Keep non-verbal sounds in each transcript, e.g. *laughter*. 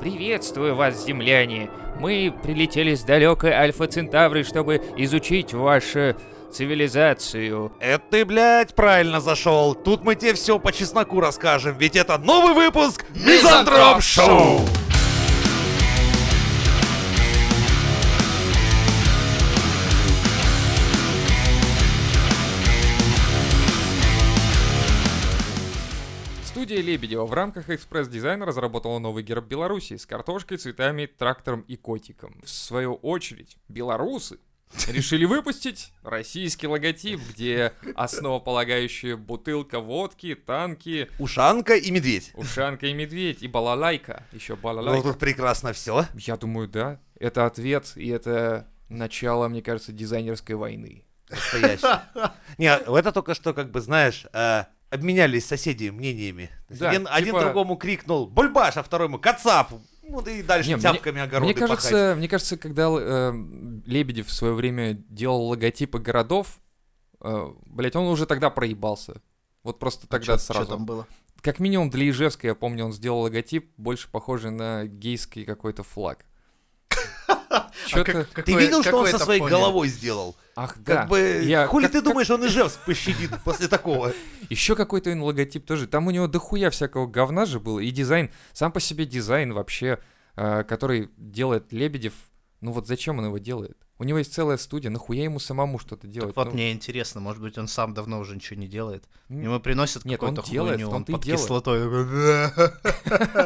Приветствую вас, земляне! Мы прилетели с далекой Альфа Центавры, чтобы изучить вашу цивилизацию. Это Э, ты, блядь, правильно зашел. Тут мы тебе все по чесноку расскажем, ведь это новый выпуск Мизантроп Шоу! Студия Лебедева в рамках экспресс-дизайна разработала новый герб Беларуси с картошкой, цветами, трактором и котиком. В свою очередь, белорусы решили выпустить российский логотип, где основополагающая бутылка водки, танки, Ушанка и медведь. ушанка и медведь, и балалайка. Еще Ну балалайка. тут прекрасно все. Я думаю, да. Это ответ, и это начало, мне кажется, дизайнерской войны. Настоящее. Не, это только что, как бы, знаешь, э, обменялись соседи мнениями. То есть Да, один, один типа- другому крикнул «Бульбаш», а второму «Кацап». Ну да и дальше Не, мне- тяпками огороды Мне кажется, пахать. мне кажется, когда э, Лебедев в свое время делал логотипы городов, э, блять, он уже тогда проебался. Вот просто тогда А Чё- чё сразу. там было? Как минимум для Ижевска, я помню, он сделал логотип, больше похожий на гейский какой-то флаг. *laughs* А Что-то. как- Ты какое- видел, что он какое со это своей понял? головой сделал? Ах, Как да. бы, Я- хули как- ты думаешь, он Ижевск пощадит после такого? Еще какой-то он логотип тоже. Там у него дохуя всякого говна же было. И дизайн, сам по себе дизайн вообще, э, который делает Лебедев. Ну вот зачем он его делает? У него есть целая студия, нахуя ему самому что-то делать? Вот Ну, мне интересно, может быть, он сам давно уже ничего не делает. м, Ему приносят Нет, он какую-то делает, в хуйню, том-то он и под дело. кислотой такой...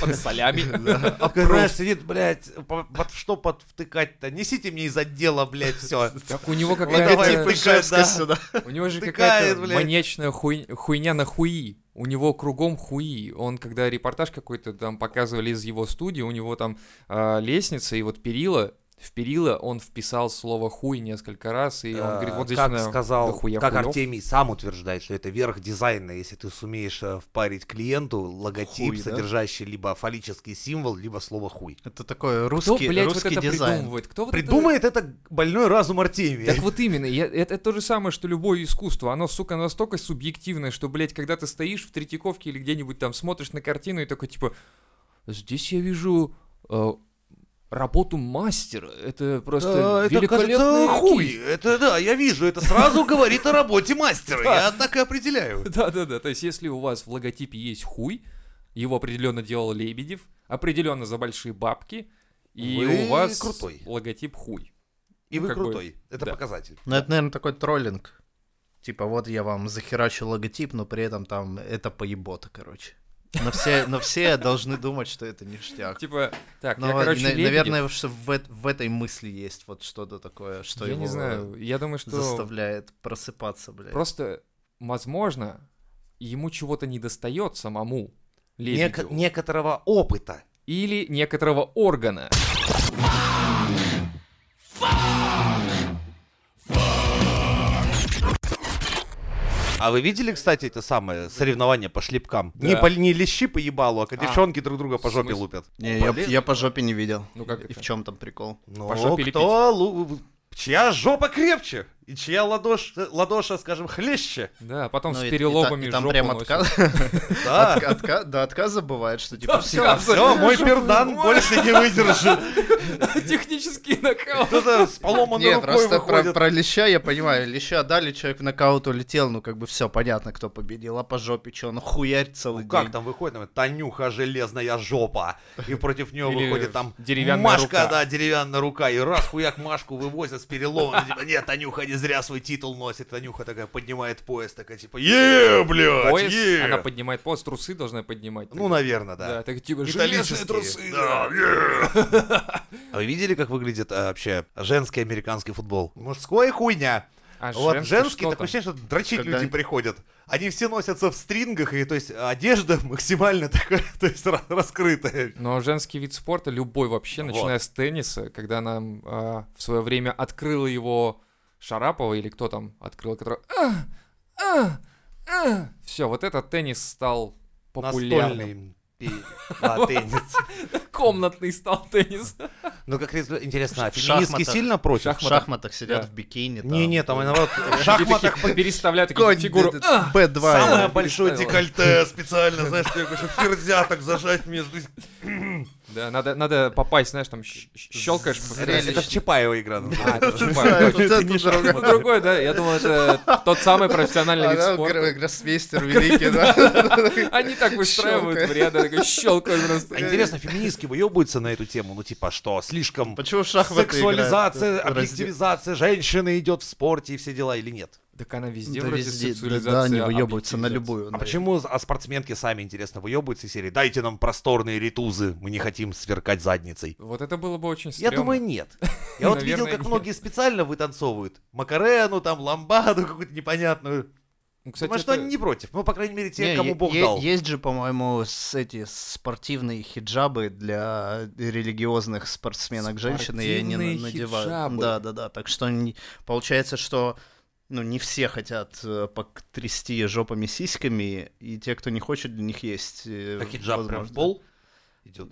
Под солями. *laughs* «Да». ну, Такой, Знаешь, А сидит, блядь, по- под что под втыкать-то? Несите мне из отдела, *laughs* блядь, все. Так у него Вот давай, какая-то... пы- да. сюда. У него же втыкает, какая-то блядь. маньячная хуй- хуйня на хуи. У него кругом хуи. Он, когда репортаж какой-то там показывали из его студии, у него там а, лестница и вот перила. В перила он вписал слово хуй несколько раз, и он говорит, вот здесь А, как она сказал, дохуя как хуёв». Артемий сам утверждает, что это верх дизайна, если ты сумеешь э, впарить клиенту логотип, Хуй, да? содержащий либо фаллический символ, либо слово хуй. Это такой Кто, русский, блядь, вот русский это дизайн. придумывает? Кто вот это- Придумает это больной разум Артемия. Так вот именно, я- это, это то же самое, что любое искусство. Оно, сука, настолько субъективное, что, блядь, когда ты стоишь в Третьяковке или где-нибудь там смотришь на картину и такой, типа, здесь я вижу э, работу мастера. Это просто *laughs* Да, это кажется великолепный хуй. кисть». *laughs* Это да, я вижу, это сразу говорит о *laughs* работе мастера. Я так и определяю. Да-да-да, то есть если у вас в логотипе есть хуй, его определенно делал Лебедев, определенно за большие бабки, и Вы у вас крутой. логотип хуй. И вы Как бы, крутой. Это да. показатель. Ну, это, наверное, такой троллинг. Типа, вот я вам захерачу логотип, но при этом там это поебота, короче. Но все, но все должны думать, что это ништяк. Типа, так, Ну, я, вот, короче, на- Лебедев. наверное, что в, эт- в этой мысли есть вот что-то такое, что я его не знаю, я думаю, что... заставляет просыпаться, блядь. Просто, возможно, ему чего-то не достает самому Лебедю. Неко- некоторого опыта. Или некоторого органа. А вы видели, кстати, это самое соревнование по шлепкам? Да. Не, по, не лещи по ебалу, а когда А. девчонки друг друга по В жопе смысле? лупят. Не, я, Блин. я по жопе не видел. Ну как И это? в чем там прикол? Ну, По жопе кто лу- Чья жопа крепче? И чья ладош... ладоша, скажем, хлеще? Да, потом Ну, и- с и переломами та- и там жопу прям носит. отка- Да. отка- отка- до отказа бывает, что типа все. Все, мой пердан больше не *laughs* выдержит. *laughs* Технический накал. Кто-то с поломанной Не, рукой просто про, выходит. про леща я понимаю. Леща дали, человек в нокаут улетел, ну как бы все понятно, кто победил. А по жопе че, ну хуярь целый Ну как день. там выходит? там, Танюха железная жопа. И против нее Или выходит там деревянная Машка, рука. да, деревянная рука. И раз хуяк Машку вывозят с переломом. Типа, нет, Танюха не зря свой титул носит. Танюха такая поднимает пояс, такая типа, е, блядь, Пояс, е!» она поднимает пояс, трусы должна поднимать. Ну, наверное, да. да. так типа Металлические. железные трусы. Да, е. А вы видели, как выглядит э, вообще женский американский футбол? Мужское хуйня. А Вот женский женский, что такое там? ощущение, что дрочить Когда люди они- приходят. Они все носятся в стрингах, и то есть одежда *laughs* максимально такая, *laughs* то есть ра- раскрытая. Но женский вид спорта, любой вообще, Вот. начиная с тенниса, когда нам а, в свое время открыла его Шарапова или кто там открыл, который... Все, вот этот теннис стал популярным. Настольный пи- а, теннис. *laughs* Комнатный стал теннис. Ну, как резу- интересно, а В феминистки шахматах. сильно В против? шахматах, сидят Да. в бикини. ну, Не-не, там *laughs* наоборот, в И шахматах такие *laughs* переставляют такие Конь, фигуры. этот, «А!» Б2. Самое я большое представил. *laughs* декольте специально, знаешь, тебе чтобы ферзя так зажать между... Да, надо, надо попасть, знаешь, там щ- щ- щелкаешь. Зрелищно. Это Чапаева игра А, называется. это Чапаев. *laughs* Вот это дорога. Ну, Другой, да, я думал, это тот самый профессиональный вид Она спорта. гроссмейстер *laughs* великий, да. Они так выстраивают Щелкает. варианты, такой щелкаю просто. А Интересно, феминистки выебываются на эту тему? Ну, типа, что, слишком Почему в шахматы сексуализация, играют? объективизация женщины идет в спорте и все дела или нет? Так она везде Да вроде везде, да, сексуализация. да, они выебываются на объективизация. любую. А наверное. почему а спортсменки сами, интересно, выебываются из серии «Дайте нам просторные ритузы, мы не хотим сверкать задницей». Вот это было бы очень Я стрёмно. думаю, нет. Я вот Наверное, видел, как нет. многие специально вытанцовывают. Макарену, там, ламбаду какую-то непонятную. Ну, кстати, Потому что это- они не против. Ну, по крайней мере, те, Не, кому е- Бог е- дал. Есть же, по-моему, с эти спортивные хиджабы для религиозных спортсменок женщин, и они на- Спортивные надевают. хиджабы. Да, да, да. Так что не- получается, что ну, не все хотят э, потрясти жопами сиськами, и те, кто не хочет, для них есть. э, А хиджаб прям в возможность. пол идет.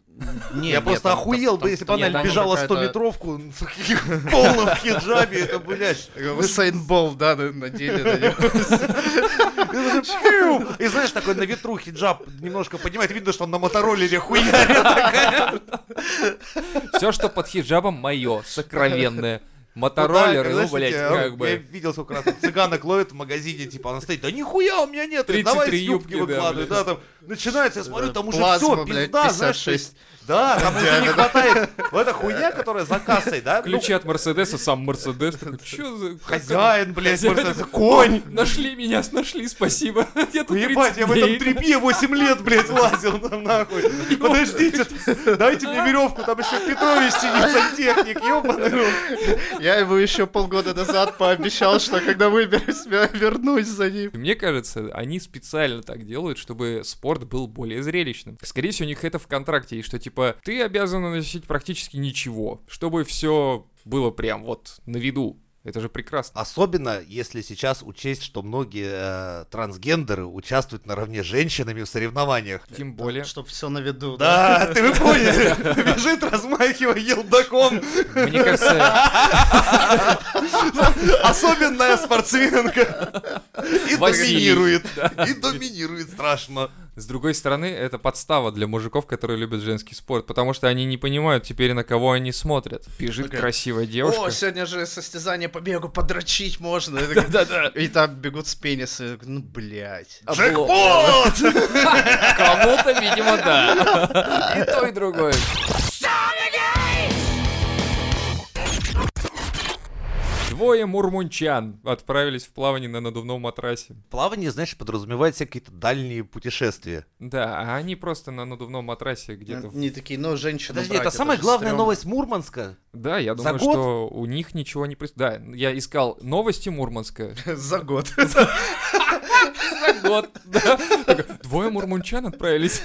Не, я нет, просто там- охуел там- бы, если бы там- она нет, там бежала какая-то- *laughs* 100-метровку в полном хиджабе, это, блядь. Усейн Болт, да, на- надели на него. Фью! И знаешь, такой на ветру хиджаб немножко поднимает, видно, что он на *laughs* мотороллере хуярит. Все, что под хиджабом, *laughs* мое, сокровенное. Мотороллеры, ну, Знаешь, блядь, Ну я- как Я бы. видел, сколько раз там цыганок ловят в магазине, типа, она стоит, да нихуя у меня нет, 33 давай с юбки, юбки да, выкладывай, блядь. да, там, начинается, я смотрю, там уже Плазма, все, блядь, пизда, знаешь, 56. да, там уже не хватает, вот эта хуйня, которая за кассой, да, ну, Ключи от Мерседеса, сам *laughs* Мерседес. такой, Чё за... хозяин, блядь, Хозяин. Мерседеса, конь, Нашли меня, нашли, спасибо. *laughs* Я тут Ну, Ебать, 30 я в этом дней. трепе 8 лет, блядь, лазил, ну, нахуй. Подождите, дайте мне веревку, там еще Петрович сидит, сантехник, ебаный. рот. Я ему еще полгода назад пообещал, что когда выберусь, я вернусь за ним. Мне кажется, они специально так делают, чтобы спорт был более зрелищным. Скорее всего, у них это в контракте, и что типа ты обязан наносить практически ничего, чтобы все было прям вот на виду. Это же прекрасно. Особенно, если сейчас учесть, что многие э, трансгендеры участвуют наравне с женщинами в соревнованиях. Тем более, Чтоб все на виду. Да, ты вы поняли, бежит, размахивая елдаком, мне кажется, особенная спортсменка. И Василий. доминирует, и доминирует страшно. с другой стороны, это подстава для мужиков, которые любят женский спорт, потому что они не понимают теперь, на кого они смотрят. Бежит Такая, красивая девушка. О, сегодня же состязание по бегу, подрочить можно. Я такой, И там бегут с пениса. Ну, блядь. Облом. Джекпот! Кому-то, видимо, да. И то, и другое. Двое мурмунчан отправились в плавание на надувном матрасе. Плавание, знаешь, подразумевает все какие-то дальние путешествия. Да, а они просто на надувном матрасе где-то... в- Не такие, ну, женщина Подожди, это самая главная новость Мурманска? Да, я За думаю, год? что у них ничего не происходит. Да, я искал новости Мурманска. За год. *laughs* За год, да. Так, Двое мурмунчан *laughs* отправились.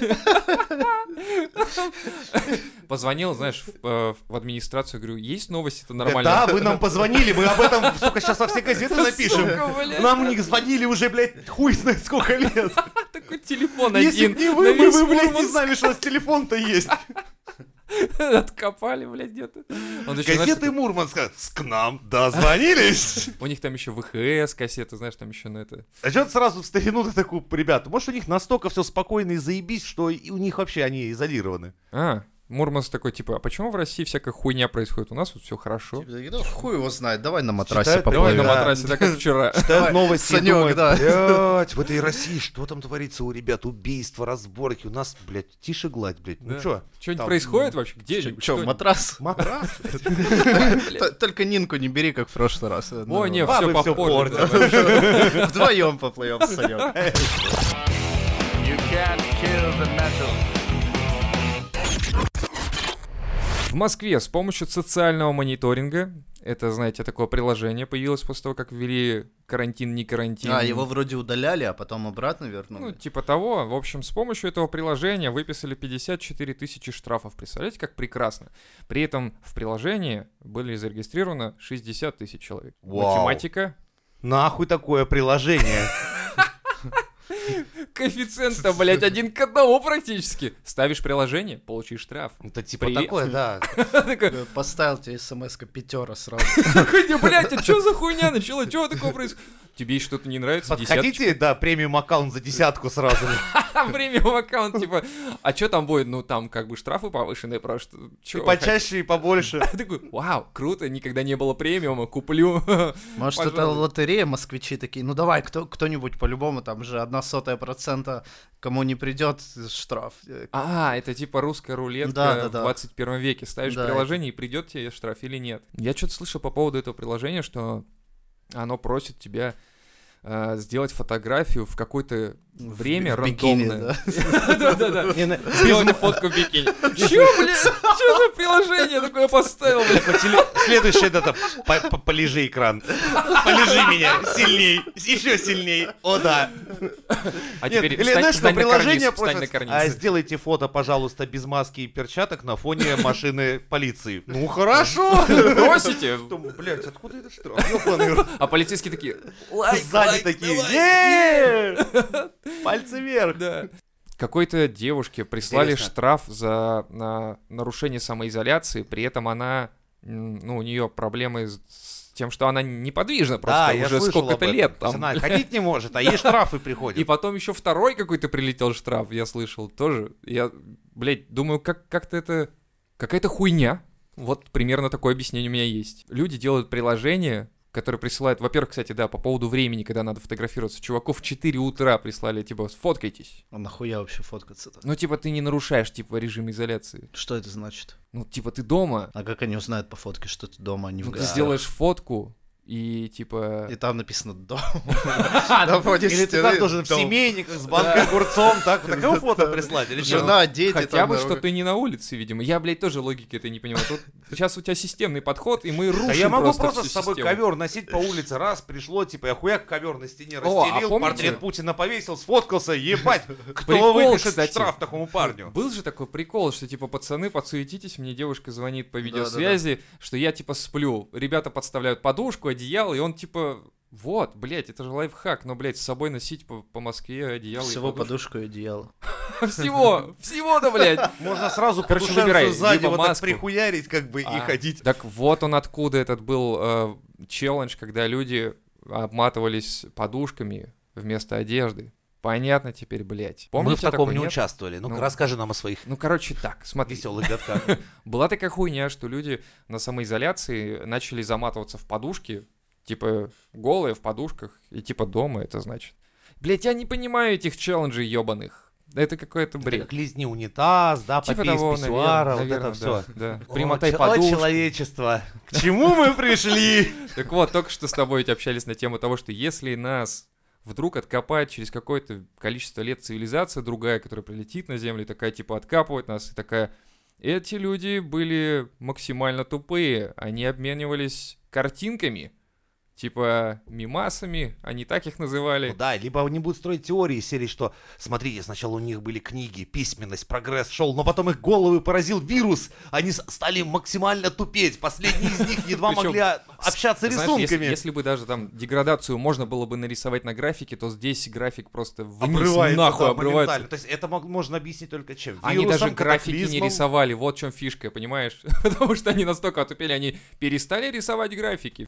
Позвонил, знаешь, в, э, в администрацию, говорю, есть новости-то нормально? Да, вы нам позвонили, мы об этом, сука, сейчас во все газеты напишем. Сука, блядь. Нам у них звонили уже, блядь, хуй знает сколько лет. Такой телефон Если один. б не на вы, мы весь бы, блядь, не Мурманск знали, что у нас телефон-то есть. *laughs* Откопали, блядь, где-то. Он ещё, знаешь, Газеты такой, Мурманска с к нам *laughs* дозвонились. У них там еще ВХС кассеты, знаешь, там еще на это. А что сразу в старину ты такой, ребята, может у них настолько все спокойно и заебись, что и у них вообще они изолированы. А, Мурманс такой, типа, а почему в России всякая хуйня происходит? У нас вот все хорошо. Ну, хуй его знает, давай на матрасе Читают, давай Давай поплывем. на да. матрасе, так как *laughs* вчера. Читают новости и Санёк, думают, да. блядь, в этой России что там творится у ребят? Убийства, разборки. У нас, блядь, тише гладь, блядь. Ну Да. что? Что-нибудь Там, происходит вообще? Где ну, Чё, нибудь Чё, матрас? *laughs* *laughs* Матрас? Т- Только Нинку не бери, как в прошлый раз. О, не, бабы все всё портят. попортили. Вдвоем поплывем, Санек. В Москве с помощью социального мониторинга, это, знаете, такое приложение появилось после того, как ввели карантин, не карантин. А, его вроде удаляли, а потом обратно Ну, вернули. типа того. В общем, с помощью этого приложения выписали 54 тысячи штрафов. Представляете, как прекрасно. При этом в приложении были зарегистрировано 60 тысяч человек. Вау. *laughs* Математика. Нахуй такое приложение. Коэффициент-то, блядь, один к одному практически. Ставишь приложение, получишь штраф. Это типа Привет. *laughs* такое, да. Такой, Э, Поставил тебе смс-ка пятера сразу. *laughs* «Какой ты, блядь, а что за хуйня начала? Чего такое происходит? тебе что-то не нравится, *laughs* десяточка. Подходите, да, премиум аккаунт за десятку сразу. же. А премиум аккаунт, типа, а что там будет? Ну, там как бы штрафы повышенные, просто... И *laughs* чё вы *laughs* почаще, и побольше. хотите? Такой, вау, круто, никогда не было премиума, куплю. *laughs* Может, это Пожалуй. лотерея, москвичи такие, ну давай, кто, кто-нибудь по-любому, там же одна сотая процента, кому не придет штраф. Э, А, это типа русская рулетка Да-да-да. в 21 веке. Ставишь Да, приложение, и придет тебе штраф или нет. Я что-то слышал по поводу этого приложения, что оно просит тебя э, сделать фотографию в какое-то время в бикини, рандомное. да. *laughs* Да-да-да. Не, *laughs* на- Сделай фотку в бикини. Чё, блин? Чё за приложение такое поставил, блин? По теле- Следующее это по- по- полежи экран. Полежи меня. Сильней. Еще сильней. О, да. А Нет, теперь или встань, знаешь, что встань на приложение карниз, встань на просят, карниз. А сделайте фото, пожалуйста, без маски и перчаток на фоне машины полиции. Ну хорошо. Бросите! Думаю, блядь, откуда этот штраф? Ёбаный рот. А полицейские такие, Сзади такие. «Е-е-е!» Пальцы вверх. да. Какой-то девушке прислали Интересно. штраф за на, нарушение самоизоляции, при этом она, м, ну, у нее проблемы с- с тем, что она неподвижна просто Да, я уже слышал об сколько-то этом. лет То есть там. Она *laughs* ходить не может, а ей штрафы И приходят. потом еще второй какой-то прилетел штраф, я слышал тоже. Я, блядь, думаю, как, как-то это... Какая-то хуйня. Вот примерно такое объяснение у меня есть. Люди делают приложение, которое присылают... Во-первых, кстати, да, по поводу времени, когда надо фотографироваться. Чуваков в 4 утра прислали, типа, сфоткайтесь. А нахуя вообще фоткаться-то? Ну, типа, ты не нарушаешь, типа, режим изоляции. Что это значит? Ну, типа, ты дома, А как они узнают по фотке, что ты дома, а не в ну, ты гостях? сделаешь фотку, и, типа... И там написано «дом». На А, фоне Или ты стены так должен в «дом». семейниках с банкой огурцом, так вот такого фото прислать? Или чё? Жена, дети. Хотя там бы, на что руках. ты не на улице, видимо. Я, блядь, тоже логики это не понимаю. Тут сейчас у тебя системный подход, и мы рушим Да я могу просто, всю с собой систему. ковер носить по улице. Раз, пришло, типа, я хуяк ковер на стене О, а расстелил, помните- портрет Путина повесил, сфоткался, *laughs* ебать, кто Прикол, выпишет кстати. штраф такому парню? Был же такой прикол, что типа пацаны, подсуетитесь, мне девушка звонит по видеосвязи, что я типа сплю. Ребята подставляют подушку, одеяло, и он типа. Вот, блядь, это же лайфхак, но, блядь, с собой носить по, по Москве одеяло. и Всего подушку. подушку и одеяло. Всего! Всего-то, блядь! Можно сразу Короче, подушевцу выбирай, сзади либо вот так маску. прихуярить, как бы, и А. ходить. Так вот он откуда этот был э, челлендж, когда люди обматывались подушками вместо одежды. Понятно теперь, блядь. Мы в Помните таком такой, не нет? участвовали. Ну-ка, Ну. расскажи нам о своих Ну, короче, так, смотри. веселых годках. *laughs* Была такая хуйня, что люди на самоизоляции начали заматываться в подушки, типа голые в подушках, и типа дома это значит. Блять, я не понимаю этих челленджей ебаных. Это какой-то Это бред. Как лизни унитаз, да, Типа попей из того, писсуара, вот наверное, это наверное, все. да, да. Примотай О, подушку. человечество, к чему мы пришли? Так вот, только что с тобой ведь общались на тему того, что если нас вдруг откопает через какое-то количество лет цивилизация другая, которая прилетит на Землю, и такая типа откапывает нас, и такая... Эти люди были максимально тупые, они обменивались картинками, типа мимасами, они так их Ну называли. да, либо они будут строить теории из серии, что смотрите, сначала у них были книги, письменность, прогресс шел, но потом их головы поразил вирус, они с- стали максимально тупеть, последние из них едва Причем могли о- общаться Знаешь, если, рисунками. если бы даже там деградацию можно было бы нарисовать на графике, то здесь график просто вниз, Обрывается, нахуй да, обрывается. моментально. То есть это мог- можно объяснить только чем? Они даже Вирусом, графики не катаклизмом. рисовали, вот в чем фишка, понимаешь? *laughs* Потому что они настолько отупели, они перестали рисовать графики.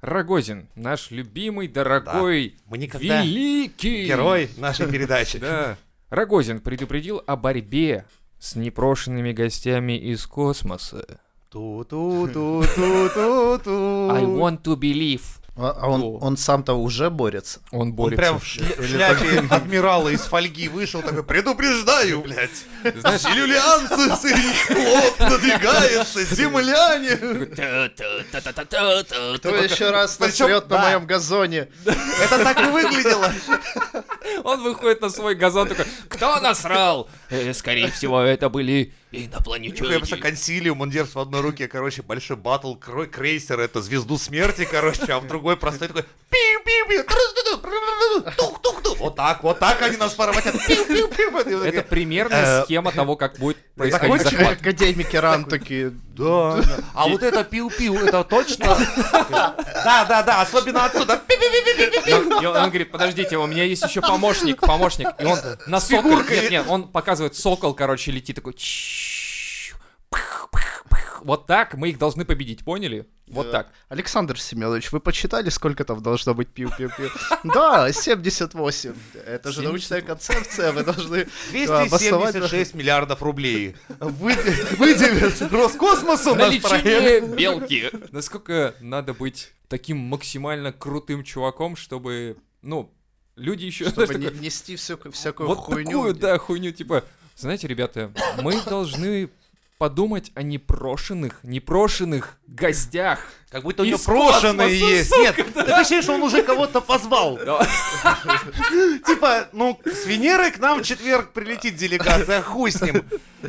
Рогозин, наш любимый, дорогой, Мы никогда великий герой нашей передачи. *laughs* Да. Рогозин предупредил о борьбе с непрошенными гостями из космоса. I Ту-ту-ту-ту-ту-ту. want to believe. А а он, Во. он сам-то уже борется. Он Он борется. прям в шля- в шляпе адмирала из фольги вышел, такой, предупреждаю, блядь. Знаешь, Силюлианцы, средний флот надвигается, земляне. Кто еще раз Причем- насрет на да. моем газоне? Это так и выглядело. *laughs* Он выходит на свой газон такой, кто насрал? Э, Скорее всего, это были Я просто Инопланетяне. консилиум, он держит в одной руке, короче, большой батл кро- крейсер, это звезду смерти, короче, а в другой простой такой пиу-пиу-пиу, тух-тух-тух. Вот так, вот так они нас поработят. Пиу-пиу-пиу. *laughs* И вот Это такие, примерная Э, схема того, как *laughs* будет происходить закончили? захват. Академики ран такие. Да. А вот это пиу-пиу, это точно? Да, да, да, особенно отсюда. И он, и он говорит, подождите, у меня есть еще помощник, помощник. И он на сокол, фигуркой. нет, нет, он показывает сокол, короче, летит такой. «Чш, пых, пых, пых». вот так мы их должны победить, поняли? Вот Да. так. Александр Семенович, вы посчитали, сколько там должно быть пиу-пиу-пиу? Да, 78. Это же научная концепция, вы должны да, обосновать- 276 миллиардов рублей. Вы- выделить Роскосмосу На наш проект. лечение белки. Насколько надо быть таким максимально крутым чуваком, чтобы, ну, люди еще... *laughs* Чтобы не внести всякую, всякую вот хуйню. такую, да, хуйню, типа, знаете, ребята, мы должны подумать о непрошенных, непрошенных гостях. Как будто у Из него прошеные космоса, есть. сука, Нет, ты ощущение, что он уже кого-то позвал. Да. *laughs* Типа, ну, с Венеры к нам в четверг прилетит делегация, хуй с ним.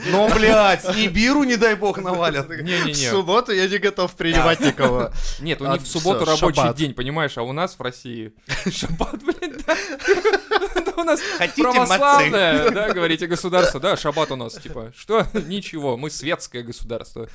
Ну, Но, блядь, и Биру, не дай бог, навалят. В Не-не-не. субботу я не готов принимать никого. Нет, у А, них в субботу всё, рабочий шаббат. день, понимаешь, а у нас в России *laughs* шаббат, блин, да. *laughs* Да У нас Хотите православное, да, говорите, государство. Да, шаббат у нас, типа, что? *laughs* Ничего, мы светское государство.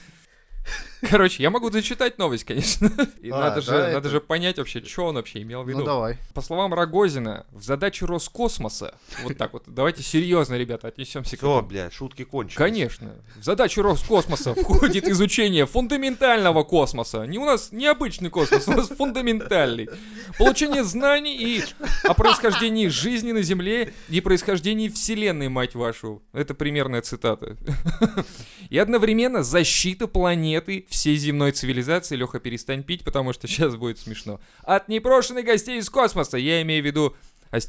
Короче, я могу зачитать новость, конечно. *laughs* И А, надо, же, да, надо это- же понять вообще, что он вообще имел в виду. Ну давай. По словам Рогозина, в задачу Роскосмоса, вот так вот, давайте серьезно, ребята, отнесемся к Все, этому. блядь, шутки кончились. Конечно. В задачу Роскосмоса входит изучение фундаментального космоса. Не у нас необычный космос, у нас фундаментальный. Получение знаний и о происхождении жизни на Земле и происхождении Вселенной, мать вашу. Это примерная цитата. И одновременно защита планеты всей земной цивилизации. Леха, перестань пить, потому что сейчас будет смешно. От непрошенных гостей из космоса. Я имею в виду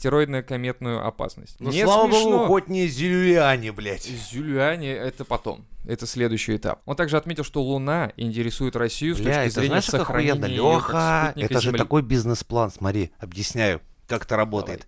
астероидно-кометную опасность. Ну, Не слава смешно. богу, хоть не Зелюяне, блядь. Зюльяне это потом. Это следующий этап. Он также отметил, что Луна интересует Россию с Бля, точки это зрения знаешь, как сохранения охуенно, её как Леха, спутника это же Земли. такой бизнес-план, смотри, объясняю, как это работает.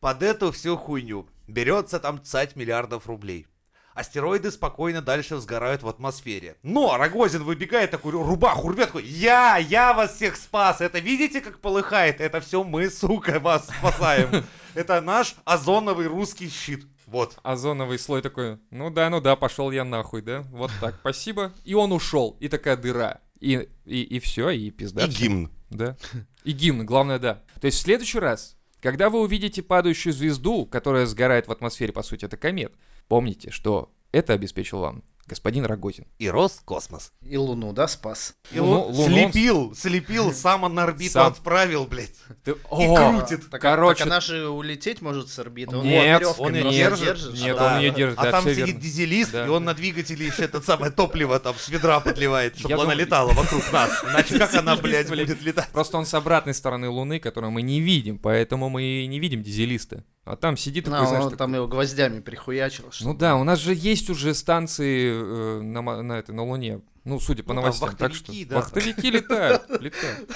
Под эту всю хуйню берется там цать миллиардов рублей. Астероиды спокойно дальше сгорают в атмосфере. Но Рогозин выбегает такой, рубаху рвет, такой, я, я вас всех спас. Это видите, как полыхает? Это все мы, сука, вас *laughs* спасаем. Это наш озоновый русский щит. Вот. Озоновый слой такой, ну да, ну да, пошел я нахуй, да? Вот так, спасибо. И он ушел, и такая дыра. И, и, и все, и пизда. И всем. гимн. Да. И гимн, главное, да. То есть в следующий раз, когда вы увидите падающую звезду, которая сгорает в атмосфере, по сути, это комет, помните, что это обеспечил вам господин Рогозин. И рос космос. И Луну, да, спас? И Луну- он Луну он слепил, *laughs* слепил, сам он на орбиту Сам. отправил, блядь. Ты- О, О, крутит. Так, Короче- так она же улететь может с орбиты. он Нет, её верёвками он её просто держит. Нет, да. он её держит, А да, там всё сидит верно. дизелист, Да. и он на двигателе еще это самое топливо там с ведра подливает, чтобы Я она думаю- летала вокруг *laughs* нас. Иначе как она, блядь, блядь. будет летать? Просто он с обратной стороны Луны, которую мы не видим, поэтому мы и не видим дизелиста. А там сидит Да, такой, знаешь, он такой- там его гвоздями прихуячил. что- Ну да, у нас же есть уже станции э, на, ма- на этой, на Луне. Ну, судя по Ну, там новостям, так что... вахтовики, да. Вахтовики летают, летают.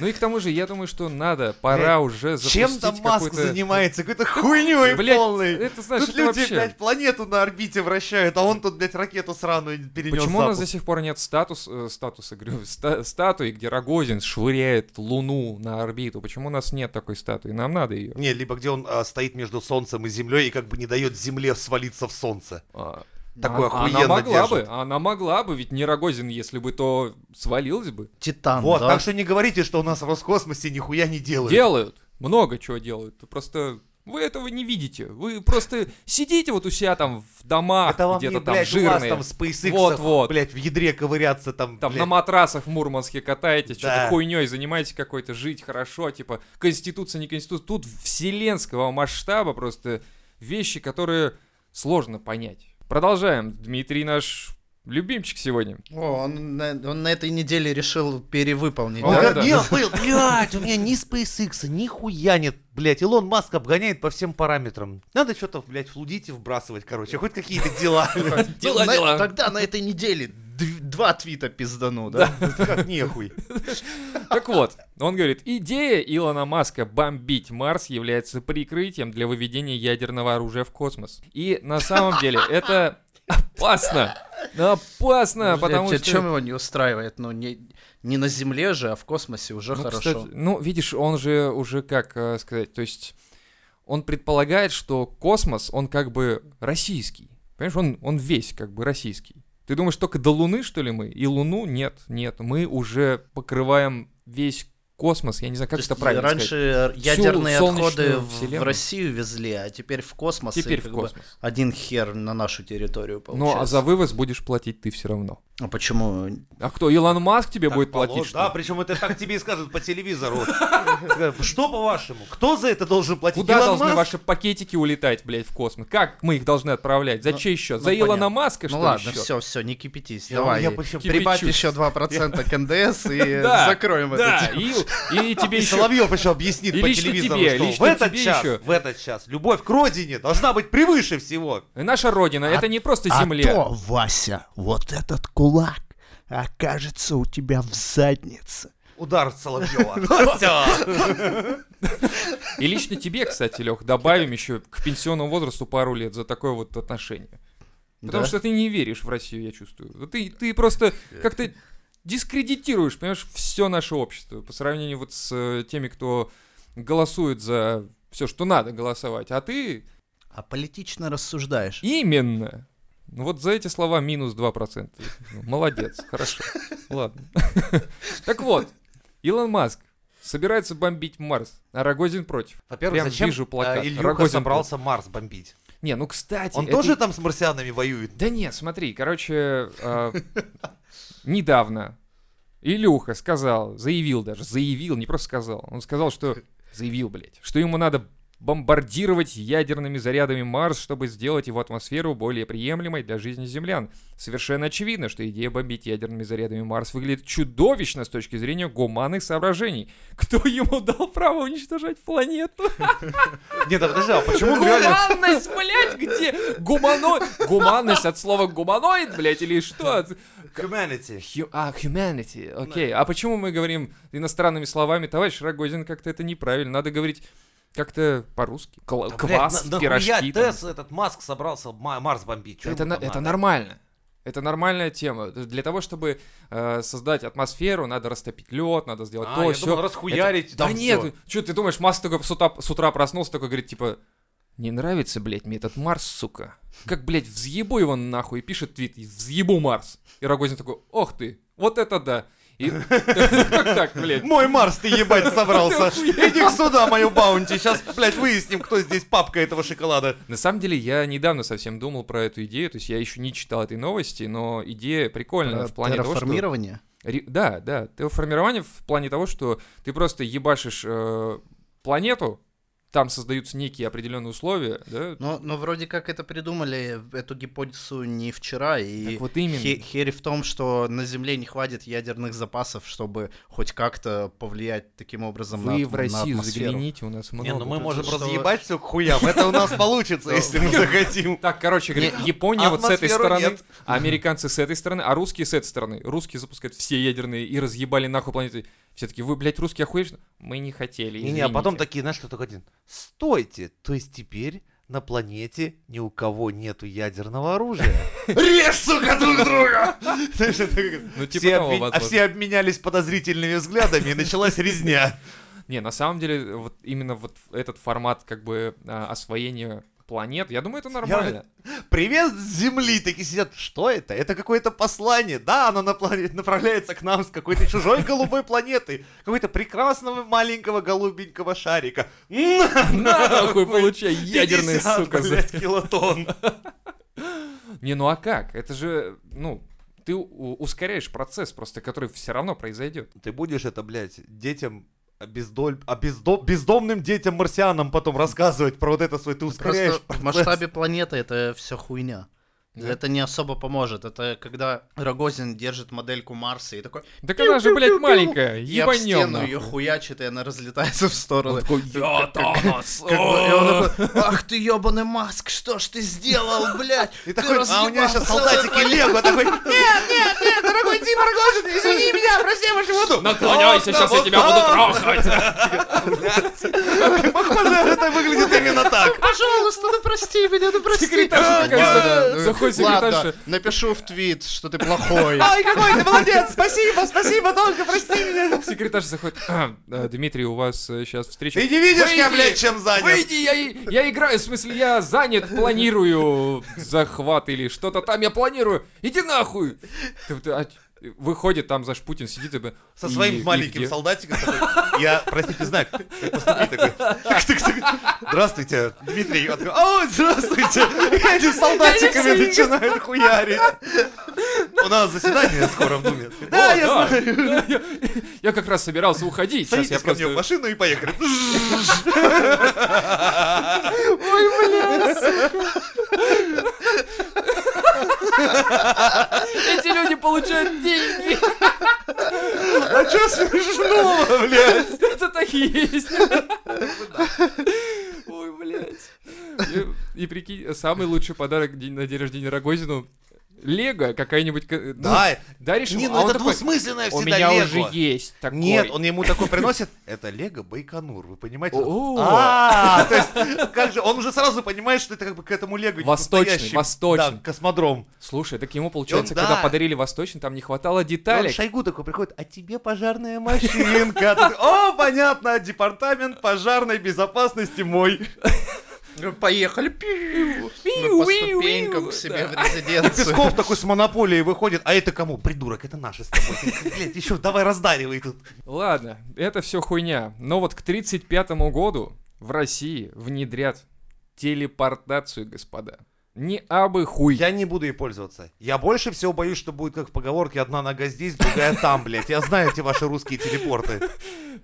Ну и к тому же, я думаю, что надо, пора уже Чем там запустить Маск какой-то... занимается? Какой-то хуйней Блядь, полной. это знаешь, тут это люди, вообще- блядь, планету на орбите вращают, а он тут, блядь, ракету сраную перенес Почему у нас до сих пор нет статус, э, статуса, говорю, ста- статуи, где Рогозин швыряет Луну на орбиту? Почему у нас нет такой статуи? Нам надо ее. Не, либо где он а, стоит между солнцем и землей и как бы не дает земле свалиться в солнце. Такой А, Она охуенно могла держит. бы, она могла бы, ведь не Рогозин, если бы, то свалилась бы. Титан, Вот, да? так что не говорите, что у нас в Роскосмосе нихуя не делают. Делают. Много чего делают. Просто вы этого не видите. Вы просто сидите вот у себя там в домах, Это вам не, где-то там блядь, у вас жирные. там в SpaceX, Вот-вот. блядь, в ядре ковыряться там, Там блядь. на матрасах в Мурманске катаетесь, Да. что-то хуйней занимаетесь какой-то, жить хорошо, типа, конституция, не конституция. Тут вселенского масштаба просто вещи, которые сложно понять. Продолжаем. Дмитрий наш любимчик сегодня. О, он, на, он на этой неделе решил перевыполнить. Он да? говорит, Да, не, понял, блядь, у меня ни SpaceX, нихуя нет, блядь, Илон Маск обгоняет по всем параметрам. Надо что-то, блядь, флудить и вбрасывать, короче, хоть какие-то *laughs* дела. Дела, Ну, На- дела. Тогда на этой неделе дв- два твита пиздану, да? Как нехуй. Так вот, он говорит, идея Илона Маска бомбить Марс является прикрытием для выведения ядерного оружия в космос. И на самом деле это опасно. Опасно, Блядь, потому а что... чем его не устраивает? Ну, не, не на Земле же, а в космосе уже Ну, хорошо. кстати, ну, видишь, он же уже, как э, сказать, то есть он предполагает, что космос, он как бы российский. Понимаешь, он, он весь как бы российский. Ты думаешь, только до Луны, что ли, мы? И Луну? Нет, нет. Мы уже покрываем весь космос, я не знаю, как То это есть правильно раньше сказать. ядерные солнечную отходы в, в вселенную. Россию везли, а теперь в космос. и Теперь в как бы космос. один хер на нашу территорию получается. Ну, а за вывоз будешь платить ты все равно. А почему? А кто, Илон Маск тебе Так будет положено. платить? что ли? Да, причем это так тебе и скажут *laughs* по телевизору. Что по-вашему? Кто за это должен платить? Куда Илон должны Маск? ваши пакетики улетать, блядь, в космос? Как мы их должны отправлять? За Ну, чей счет? ну, За Илона понятно. Маска, что ну ли, ладно, счет? все, все, не кипятись. Я- давай. я почему- Прибавь Кипячусь. еще 2% к НДС *laughs* и Да, закроем Да, это. и, и тебе И еще... Соловьев еще объяснит И по лично телевизору, тебе, что в лично этот тебе час, еще. в этот час любовь к родине должна быть превыше всего. Наша родина, А это не просто земля. А то, Вася, вот этот кулак окажется у тебя в заднице. Удар *laughs* Соловьева. Ну, всё. И лично тебе, кстати, Лех, добавим еще к пенсионному возрасту пару лет за такое вот отношение. Потому Да? что ты не веришь в Россию, я чувствую. Вот Ты, ты просто как-то дискредитируешь, понимаешь, все наше общество по сравнению вот с э, теми, кто голосует за все, что надо голосовать. А ты А политично рассуждаешь. именно. Ну вот за эти слова минус 2%. Ну, Молодец, *laughs* хорошо. Ладно. *laughs* Так вот, Илон Маск собирается бомбить Марс, а Рогозин против. Во-первых, Прям зачем вижу плакат. э, Ильюха Рогозин собрался Марс бомбить? Не, ну кстати... Он это- тоже там с марсианами воюет? Да нет, смотри, короче, э, недавно Илюха сказал, заявил даже, заявил, не просто сказал, он сказал, что... Заявил, блядь, что ему надо бомбардировать ядерными зарядами Марс, чтобы сделать его атмосферу более приемлемой для жизни землян. Совершенно очевидно, что идея бомбить ядерными зарядами Марс выглядит чудовищно с точки зрения гуманных соображений. Кто ему дал право уничтожать планету? Нет, да подожди, а почему он реально... Гуманность, блядь, где? Гуманоид? Гуманность от слова гуманоид, блядь, или что? Humanity. Хью- А, humanity, окей. А почему мы говорим иностранными словами? Товарищ Рогозин, как-то это неправильно. Надо говорить как-то по-русски. Кла- Да, блядь, Квас, на- нахуя пирожки. там. Тесс, этот Маск собрался Ма- Марс бомбить. Чё Это ему на- там это надо? нормально. Это нормальная тема. Для того, чтобы э, создать атмосферу, надо растопить лед, надо сделать А, то, я все. думал, расхуярить Да там нет, всё. что ты думаешь, Маск только с утра, с утра проснулся, такой говорит, типа, не нравится, блядь, мне этот Марс, сука. Как, блядь, взъебу его нахуй, и пишет твит, взъебу Марс. И Рогозин такой, ох ты, вот это да. И *laughs* как так, блядь? Мой Марс, ты ебать *laughs* собрался. Иди сюда, мою баунти. Сейчас, блядь, выясним, кто здесь папка этого шоколада. На самом деле, я недавно совсем думал про эту идею, то есть я еще не читал этой новости, но идея прикольная в плане того, что... *laughs* Терраформирование? Ре- Да, да. Ты формирование в плане того, что ты просто ебашишь э, планету, там создаются некие определенные условия, да? Ну, ну, вроде как это придумали, эту гипотезу не вчера, и Так вот именно. хе- херь в том, что на Земле не хватит ядерных запасов, чтобы хоть как-то повлиять таким образом на, Вы атм- в на Россию атмосферу. загляните, у нас много. Не, ну мы тут. можем что- разъебать все к хуям. Это у *laughs* нас получится, если мы захотим. Так, короче, говорит, Япония вот с этой атмосферу стороны, нет. а американцы с этой стороны, а русские с этой стороны. Русские запускают все ядерные и разъебали нахуй планеты. Все таки вы, блядь, русские охуели? Мы не хотели, Не, не, а потом извините». такие, знаешь, кто такой один? Стойте, то есть теперь на планете ни у кого нету *laughs* ядерного оружия. Режь, сука, друг друга! *laughs* Знаешь, это как- Ну, типа Все того, обме- А возможно. все обменялись подозрительными взглядами, и началась резня. Не, на самом деле, вот именно вот этот формат как бы а, освоения планет, я думаю, это *laughs* нормально. Привет с Земли! Такие сидят, что это? Это какое-то послание. Да, оно на плане- направляется к нам с какой-то чужой голубой планеты. Какой-то прекрасного маленького голубенького шарика. *laughs* На, На, *laughs* нахуй, получай ядерный, 50, сука, за- блядь, килотонн. Не, ну а как? Это же, ну, ты у- ускоряешь процесс просто, который все равно произойдет. Ты будешь это, блядь, детям обездоль... обездо- бездомным детям-марсианам потом рассказывать про вот это свой... Ты ускоряешь Просто в масштабе планеты это все хуйня. Это не особо поможет. Это когда Рогозин держит модельку Марса и такой Так она же, блядь, маленькая, и об ебанем. стену ее нахуй. хуячит, и она разлетается в стороны. Такой, я Танос, Как бы, и он о! такой, ах ты ебаный Маск, что ж ты сделал, блядь? И Ты такой, а у меня разъебал сейчас целую солдатики Лего такой, нет, нет, нет, Э, дорогой Дима Рогожин, извини меня, прости, я животу. Наклоняйся, сейчас я тебя буду трахать. трогать. Похоже, это выглядит именно так. Пожалуйста, ну прости меня, ну прости. Секретарша такая, Да. ну, заходит секретарша. Ладно, напишу в твит, что ты плохой. Ай, какой ты молодец, спасибо, спасибо, только прости меня. Секретарша заходит. «А, э, Дмитрий, у вас сейчас встреча. Ты не видишь, я, Выйди! блядь, чем занят? Выйди, я, и- я играю, в смысле, я занят, планирую захват или что-то там, я планирую. Иди нахуй! Ты- ты- а ч- Выходит, там за Путин сидит и... бы- Со и- и своим маленьким где? солдатиком такой, я, простите, знак, так поступи такой. Тык-тык-тык. Здравствуйте, Дмитрий. Он такой, Ой, здравствуйте. И они с солдатиками начинают хуярить. У нас заседание скоро в Думе. Да, О, я да. знаю. Я- Я как раз собирался уходить. Сейчас я Садитесь ко мне в просто... машину и поехали. Эти люди получают деньги. А чё смешного, *laughs* блядь? Это так и есть. Ой, блядь. И, и прикинь, самый лучший подарок день- на день рождения Рогозину Лего какая-нибудь... ка- ну, Да, даришь не, ему, ну а он это такой, двусмысленное у всегда меня лего. уже есть такой. Нет, он ему такой приносит. Это Лего Байконур, вы понимаете? О. А, то есть, как же, он уже сразу понимает, что это как бы к этому Лего не Восточный, настоящий, восточный. Да, космодром. Слушай, так ему, получается, И он- когда да. подарили Восточный, там не хватало И он деталек. Шойгу такой приходит, а тебе пожарная машинка. *laughs* Ты- О, понятно, департамент пожарной безопасности мой. Ну, Поехали. пиу. Пиу, Мы по пиу, ступенькам пиу, к себе да. в резиденцию. Песков такой с монополией выходит, а это кому? Придурок, это наши с тобой. Блядь, еще давай раздаривай тут. Ладно, это все хуйня. Но вот к 35-му году в России внедрят телепортацию, господа. Не абы хуй. Я не буду ей пользоваться. Я больше всего боюсь, что будет как в поговорке «одна нога здесь, другая там», блядь. Я знаю эти ваши русские телепорты.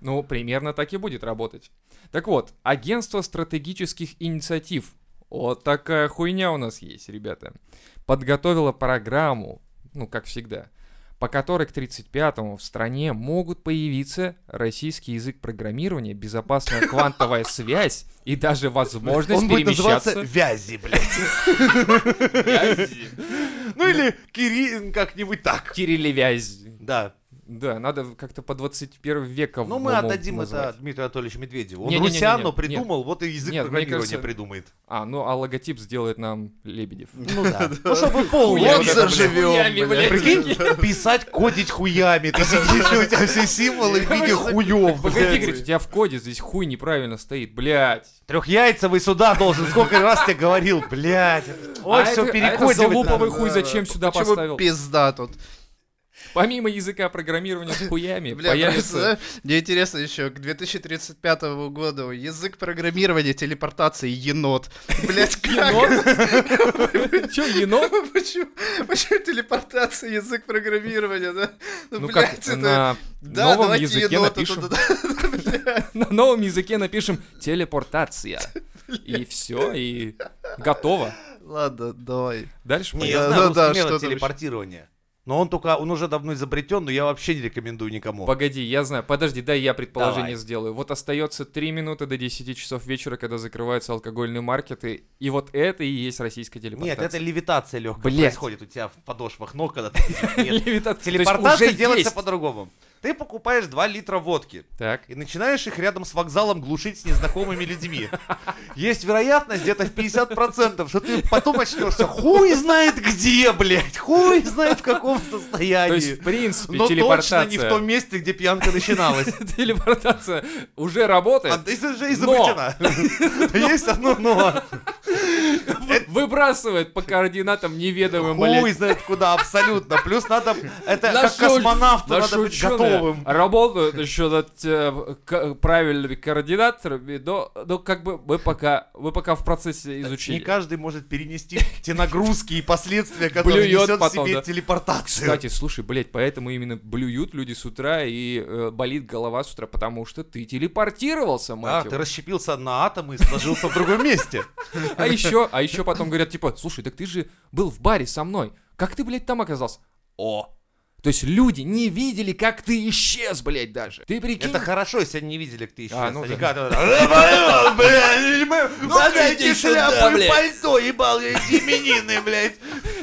Ну, примерно так и будет работать. Так вот, агентство стратегических инициатив. Вот такая хуйня у нас есть, ребята. Подготовило программу, ну, как всегда, по которой к 35-му в стране могут появиться российский язык программирования, безопасная квантовая связь и даже возможность Он будет называться перемещаться... «Вязи», блядь. Ну или Кирин как-нибудь так. Кириллевязь. Да. Да, надо в- как-то по 21 века Ну в- мы мол, отдадим это назвать. Дмитрию Анатольевичу Медведеву. Он Не-не-не-не-не. Русяну Нет. придумал, вот и язык Нет, мне программирования кажется- придумает. А, ну а логотип сделает нам Лебедев. Ну *laughs* да. Ну чтобы полный. Хуя вот вот это, это, заживет. заживем, Хуями, блядь. блядь. Прикинь, писать, кодить хуями. Ты сидишь, и у тебя все символы в виде хуев. Погоди, говорит, у тебя в коде здесь хуй неправильно стоит, блядь. Трехяйцевый сюда должен. Сколько раз тебе говорил, блядь. Ой, А все это- а это перекодировать залуповый надо. хуй зачем сюда Почему поставил? пизда тут? Помимо языка программирования с хуями Бля, ну появится... представляешь? Мне интересно еще, к 2035 году язык программирования, телепортации, енот. *laughs* Блять, как? Енот? Че, енот? *laughs* Почему, почему телепортация, язык программирования, да? Ну, Ну как, блядь, это... на Да, новом давайте языке енота напишем... туда- *laughs* На новом языке напишем телепортация. И все, и готово. *laughs* Ладно, давай. Дальше Не, мы... я Да, знаю да, да, русский метод что там еще? телепортирования. Но он только, он уже давно изобретен, но я вообще не рекомендую никому. Погоди, я знаю. Подожди, дай я предположение Давай. сделаю. Вот остается 3 минуты до 10 часов вечера, когда закрываются алкогольные маркеты. И вот это и есть российская телепортация. Нет, *laughs* это левитация легкая Типа, Блядь. происходит у тебя в подошвах ног, когда ты сидишь. Нет. Левитация. *laughs* То есть Телепортация уже делается есть. по-другому. Ты покупаешь 2 литра водки Так. и начинаешь их рядом с вокзалом глушить с незнакомыми людьми. Есть вероятность где-то в 50%, что ты потом очнешься хуй знает где, блядь, хуй знает в каком То есть, состоянии. в принципе, Но точно телепортация... не в том месте, где пьянка начиналась. *laughs* Телепортация уже работает. А, это же изобретена. *laughs* Есть одно но. Выбрасывает по координатам неведомым, Хуй блядь. знает куда, абсолютно. Плюс надо, это как Наши уч- космонавту наши надо быть ученые готовым. Работают еще над э, к- правильными координаторами, но, но как бы мы пока, мы пока в процессе Не изучения. каждый может перенести те нагрузки и последствия, которые Блюет несет в потом, себе да. телепортация. Кстати, слушай, блядь, поэтому именно блюют люди с утра и э, болит голова с утра, потому что ты телепортировался, А, мать ты его. расщепился на атомы и сложился в другом месте. А еще, а еще потом говорят, типа, слушай, так ты же был в баре со мной. Как ты, блядь, там оказался? О! То есть люди не видели, как ты исчез, блядь, даже. Ты прикинь? Это хорошо, если они не видели, как ты исчез. А, ну Они «Э, да. как-то так, «Бля, я не понимаю, Подайте иди сюда, шляпу и блядь». пальто, ебал, я эти именины, блядь.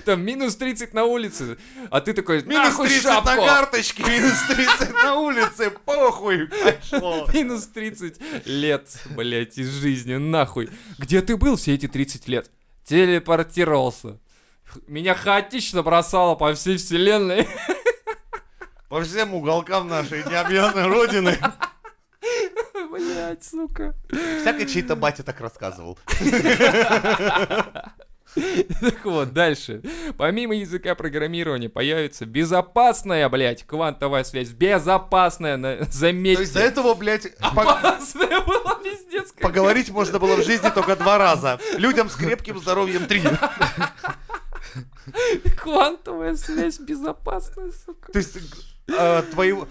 Там минус 30 на улице, а ты такой, Минус нахуй 30 шапку! на карточке, минус 30 на улице, похуй, пошло. Минус 30 лет, блядь, из жизни, нахуй. Где ты был все эти 30 лет? Телепортировался. Х- Меня хаотично бросало по всей вселенной. По всем уголкам нашей необъятной родины. *laughs* Блядь, сука. Всякой чей-то батя так рассказывал. Так вот, дальше. Помимо языка программирования появится безопасная, блядь, квантовая связь. Безопасная, на- То есть до заметьте. этого, блядь, по- Опасная была пиздец. А как- поговорить можно было в жизни только два раза. Людям *laughs* с крепким здоровьем три. Квантовая связь безопасная, сука. То есть э, твоего...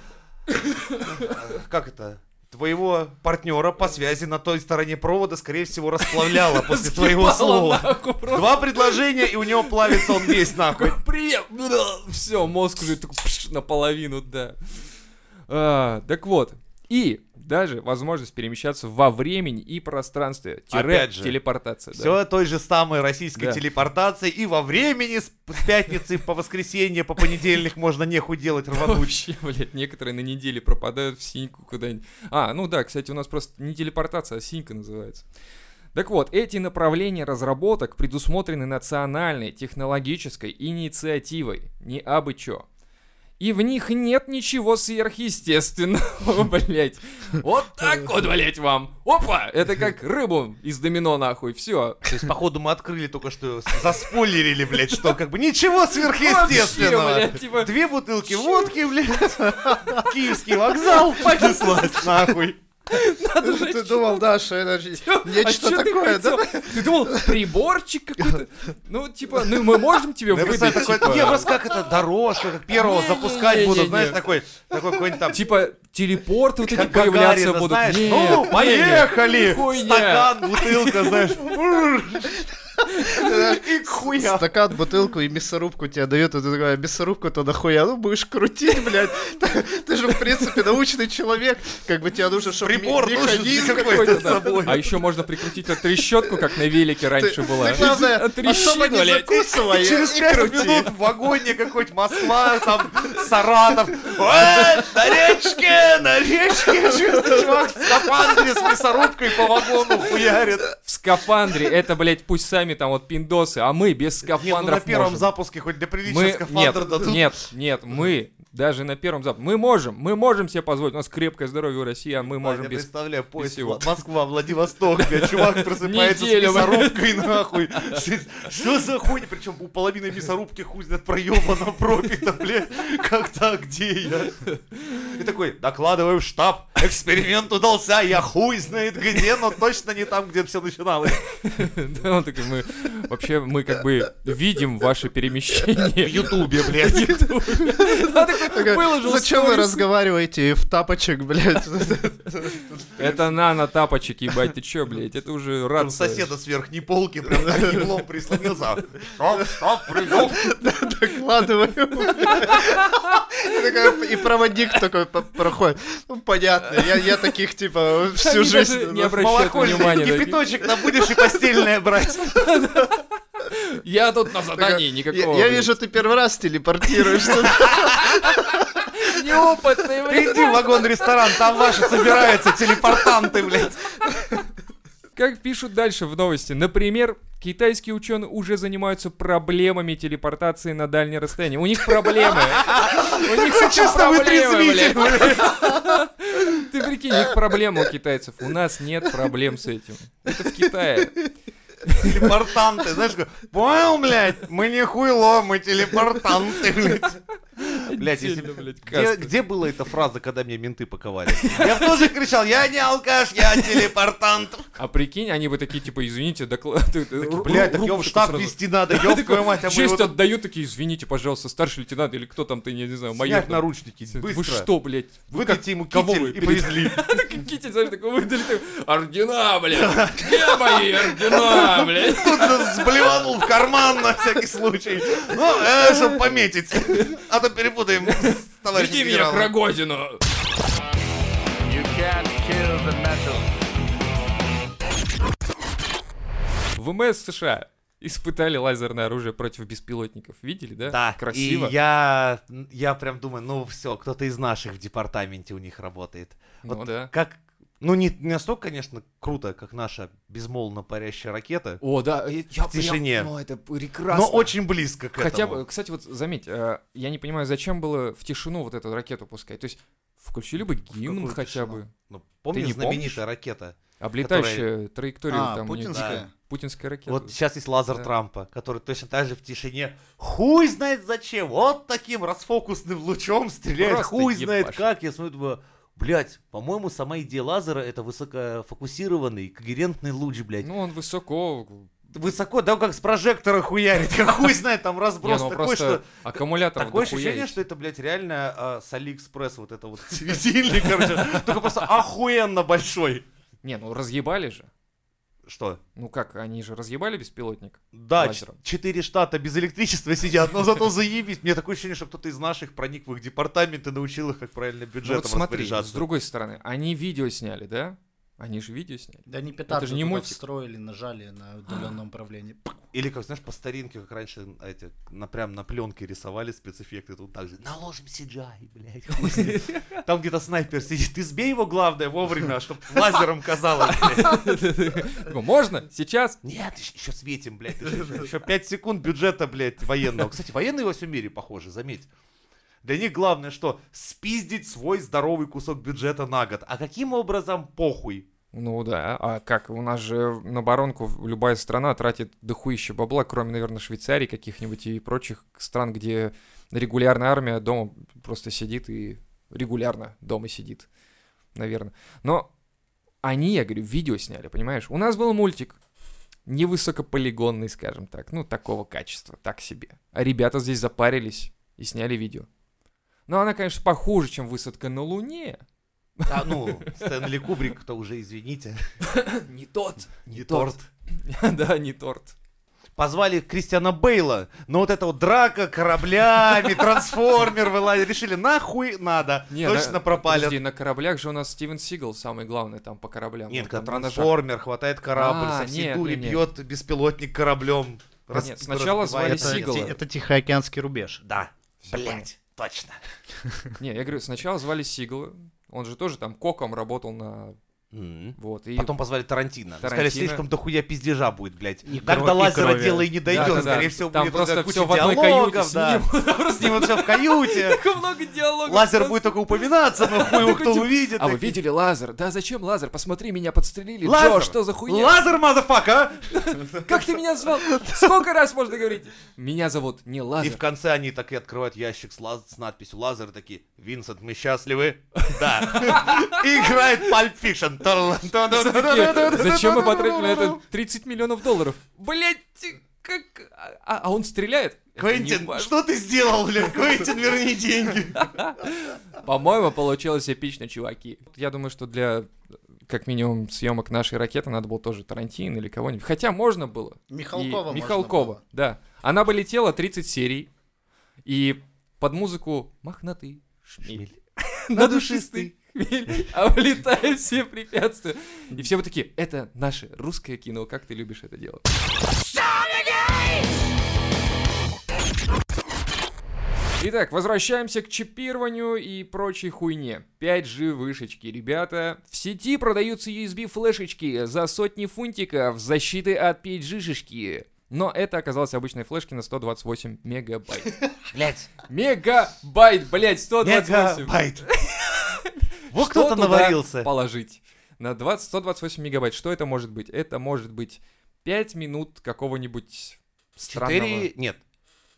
Как это? Твоего партнера по связи на той стороне провода, скорее всего, расплавляло после твоего Съебала слова. нахуй просто. Два предложения, и у него плавится он весь нахуй. *laughs* Привет! Все, мозг уже такой пш, наполовину, да. А, так вот. И даже возможность перемещаться во времени и пространстве. Тире Опять же. телепортация. да. Все той же самой российской Да. телепортации. И во времени с с пятницы по воскресенье, по понедельник можно нехуй делать, рвануть. Вообще, блядь, некоторые на неделе пропадают в синьку куда-нибудь. А, ну да, кстати, у нас просто не телепортация, а синька называется. Так вот, эти направления разработок предусмотрены национальной технологической инициативой, не абы чё. И в них нет ничего сверхъестественного, *laughs* блять. Вот так вот, блять, вам. Опа! Это как рыбу из домино, нахуй. Все. То есть, походу, мы открыли только что, с- заспойлерили, блядь, что как бы ничего сверхъестественного. Вообще, блядь, типа- Две бутылки водки, блядь, киевский вокзал, понеслась нахуй. Ну, Ты думал, да, что это ж- нечто а чё ты такое, да? хотел? Ты думал, приборчик какой-то? Ну, типа, ну мы можем тебе Я выдать, представляю, такой, не, типа, просто как это, дорожка, как первого Не-не-не-не-не. запускать будут, знаешь, такой, такой какой-нибудь там, типа, телепорты вот эти как появляться Гагарина, будут. знаешь, Нет, ну, нет, поехали, Хуйня. стакан, бутылка, знаешь, ур, и к хуям. Стакан, бутылку и мясорубку тебе дают, и ты такой, «А мясорубку-то нахуя, ну будешь крутить, блядь. *laughs* Ты- Ты же, в принципе, научный человек, как бы тебе нужно, чтобы Прибор ме- нужен механизм какой-то какой-то, с да. собой. А еще можно прикрутить вот трещотку, как на велике раньше была. Ты, главное, А особо трещину, не блядь. закусывай И через и пять крути. минут в вагоне какой-нибудь Москва, там, Саратов. «Э, На речке, на речке. Чувствую, чувак в скафандре с мясорубкой по вагону хуярит. В скафандре, это, блядь, пусть сами там вот пиндосы, а мы без Не, ну на скафандров первом можем. запуске хоть для приличия мы... скафандр Нет, дадут. нет, нет, мы даже на первом запуске. Мы можем, мы можем себе позволить. У нас крепкое здоровье у России, а мы Ваня, можем без представляю, поезд всего. Ва- Москва, Владивосток, блядь, чувак *laughs* просыпается с Неделю, блядь. мясорубкой, нахуй. Сидит, Что за хуйня? Причем у половины мясорубки хуй знает проебана пропита, блядь. Как так, где я? И такой, докладываю в штаб, эксперимент удался, я хуй знает где, но точно не там, где все начиналось. Да, он такой, мы вообще, мы как бы видим ваше В перемещение. Ютубе, *laughs* блядь. Он такой, Такой, выложил Зачем вы сторис. разговариваете в тапочек, блядь? *laughs* Это нано тапочек, ебать, ты чё, блядь, это уже Там рад. соседа с верхней полки прям так *laughs* еблом прислонился. Штаб, штаб, пришел. Докладываю. Такая, *laughs* И проводник такой по- проходит. Ну, понятно, я- я таких, типа, всю Они даже жизнь... не ну, обращают Молокольный внимания, да. кипяточек набудешь и постельное брать. Я тут на такая, задании Я никакого. я блядь, вижу, ты первый *laughs* раз телепортируешься. Неопытный, Ты блядь. иди в вагон-ресторан, там ваши собираются телепортанты, блядь. Как пишут дальше в новости, например, китайские ученые уже занимаются проблемами телепортации на дальнее расстояние. У них проблемы. У них сука, чисто проблемы, вытрезвитель, блядь. Ты прикинь, у них проблема у китайцев. У нас нет проблем с этим. Это в Китае. Телепортанты, знаешь, как, понял, блядь, мы не хуйло, мы телепортанты, блядь. Блядь, если... Отдельно, блядь, Где, каста. где была эта фраза, когда мне менты паковали? Я бы тоже кричал, я не алкаш, я телепортант. А прикинь, они бы такие, типа, извините, *laughs* доклад... Блядь, так его в штаб *laughs* вести надо, ёб твою мать, а мы Честь его отдают, такие, извините, пожалуйста, старший лейтенант или кто там, ты, я не знаю, майор. снять там. наручники, быстро. Вы что, блядь? Вы как Выдайте ему кого вы китель и перед- повезли. так китель, знаешь, такой выдали, такой, ордена, блядь, где мои ордена, блядь? Тут же сблеванул в карман на всякий случай. Ну, э, чтобы пометить. А то перепутаем с товарищем Веди меня к генералом. Рогозину. ВМС США испытали лазерное оружие против беспилотников. Видели, да? Да, Красиво. И я, я прям думаю, ну все, кто-то из наших в департаменте у них работает. Ну Вот да. Как, ну не, не настолько, конечно, круто, как наша безмолвно парящая ракета, О, да, я я прям- тишине. ну, это прекрасно. но очень близко к Хотя этому. бы, кстати, вот заметь, э, я не понимаю, зачем было в тишину вот эту ракету пускать. То есть включили бы гимн какую хотя тишину? бы. Ну, Ты помнишь не знаменитая ракета? Облетающая траекторию А, там. не- путинская? путинская ракета. Вот сейчас есть лазер Да. Трампа, который точно так же в тишине хуй знает зачем, вот таким расфокусным лучом стреляет, Просто хуй знает ебашит. как. Я смотрю, думаю, блядь, по-моему, сама идея лазера это высокофокусированный, когерентный луч, блядь. Ну, он высоко... Высоко, да он как с прожектора хуярит, *laughs* как хуй знает, там разброс не, ну, такой, просто что... аккумулятор Такое ощущение, что это, блядь, реально а, с Алиэкспресс вот это вот *laughs* светильник, короче, только просто охуенно большой. Не, ну разъебали же. Что? Ну как, они же разъебали беспилотник? Да, ч- Лазером. четыре штата без электричества сидят, но зато заебись. Мне такое ощущение, что кто-то из наших проник в их департамент и научил их, как правильно Ну, бюджетом вот смотри, с распоряжаться. другой стороны, они видео сняли, да? Они же видео сняли. Да не петарду же не туда мультик. встроили, нажали на удаленном управлении. Или, как знаешь, по старинке, как раньше а, эти, на, прям на пленке рисовали спецэффекты, тут так же, наложим CGI, блядь. хуй с ним». Там где-то снайпер сидит, ты сбей его, главное, вовремя, чтобы лазером казалось. блядь. Такой, Можно? Сейчас? Нет, еще *laughs* светим, блядь, еще 5 секунд бюджета, блядь, военного. Кстати, военные во всем мире похожи, заметь. Для них главное, что спиздить свой здоровый кусок бюджета на год. А каким образом похуй? Ну да, а как, у нас же на баронку в- любая страна тратит дохуище бабла, кроме, наверное, Швейцарии каких-нибудь и прочих стран, где регулярная армия дома просто сидит и регулярно дома сидит, наверное. Но они, я говорю, видео сняли, понимаешь? У нас был мультик, невысокополигонный, скажем так, ну, такого качества, так себе. А ребята здесь запарились и сняли видео. Но она, конечно, похуже, чем высадка на Луне. Да, ну, Стэнли Кубрик, то уже, извините, *laughs* Не тот. не тот. торт. *laughs* Да, не торт. Позвали Кристиана Бейла, но вот эта вот драка кораблями, трансформер, вылазит. решили, нахуй надо, Не, точно на- пропалят. Подожди, на кораблях же у нас Стивен Сигал самый главный там по кораблям. Нет, Он когда там на ножах. трансформер, хватает корабль, А, со всей нет, дури нет, нет. бьет беспилотник кораблем. Нет, сначала звали разбивает. Это, Сигала. ти- это Тихоокеанский рубеж. Да, Всё понятно. блять, точно. Не, я говорю, сначала звали Сигала, он же тоже там коком работал на... Вот, и... Потом позвали Тарантино. Сказали, Тарантино. слишком дохуя пиздежа будет, блядь. И так крови- до и лазера крови. дело и не дойдет. Да-да-да. Скорее всего, Там будет просто куча всё в одной диалогов, каюте да. *laughs* Снимут все в каюте. *laughs* Как много диалогов! Лазер просто. будет только упоминаться, *laughs* но хуй его кто Такой, увидит. А вы Такие, видели лазер? Да зачем лазер? Посмотри, меня подстрелили. Лазер! Джо, что за хуйня? Лазер, мазафака! Как ты меня *laughs* звал? Сколько раз можно говорить? Меня зовут не И в лазер. конце они так и открывают ящик с, лаз- с надписью «Лазер», такие «Винсент, *laughs* мы счастливы?» Да. И Играет Pulp Fiction. *laughs* Такие, Зачем мы потратили на это 30 миллионов долларов? Блять, как... А, а он стреляет? Это не Квентин, важно. что ты сделал, блин? Квентин, верни деньги. По-моему, получилось эпично, чуваки. Я думаю, что для как минимум съемок нашей ракеты надо было тоже Тарантино или кого-нибудь. Хотя можно было. И Михалкова. можно Михалкова, было. да. Она бы летела 30 серий. И под музыку «Мохнатый *laughs* шмель». Надушистый хмель, а вылетают все препятствия. И все вот такие, это наше русское кино, как ты любишь это дело. Итак, возвращаемся к чипированию и прочей хуйне. 5G вышечки, ребята. В сети продаются USB-флешечки за сотни фунтиков защиты от 5G-шишки. Но это оказалось обычной флешки на 128 *laughs* мегабайт. Блять, Мегабайт, блять, 128. Вот Что кто-то туда наварился. положить. На 20, 128 мегабайт. Что это может быть? Это может быть 5 минут какого-нибудь странного Четыре... Нет.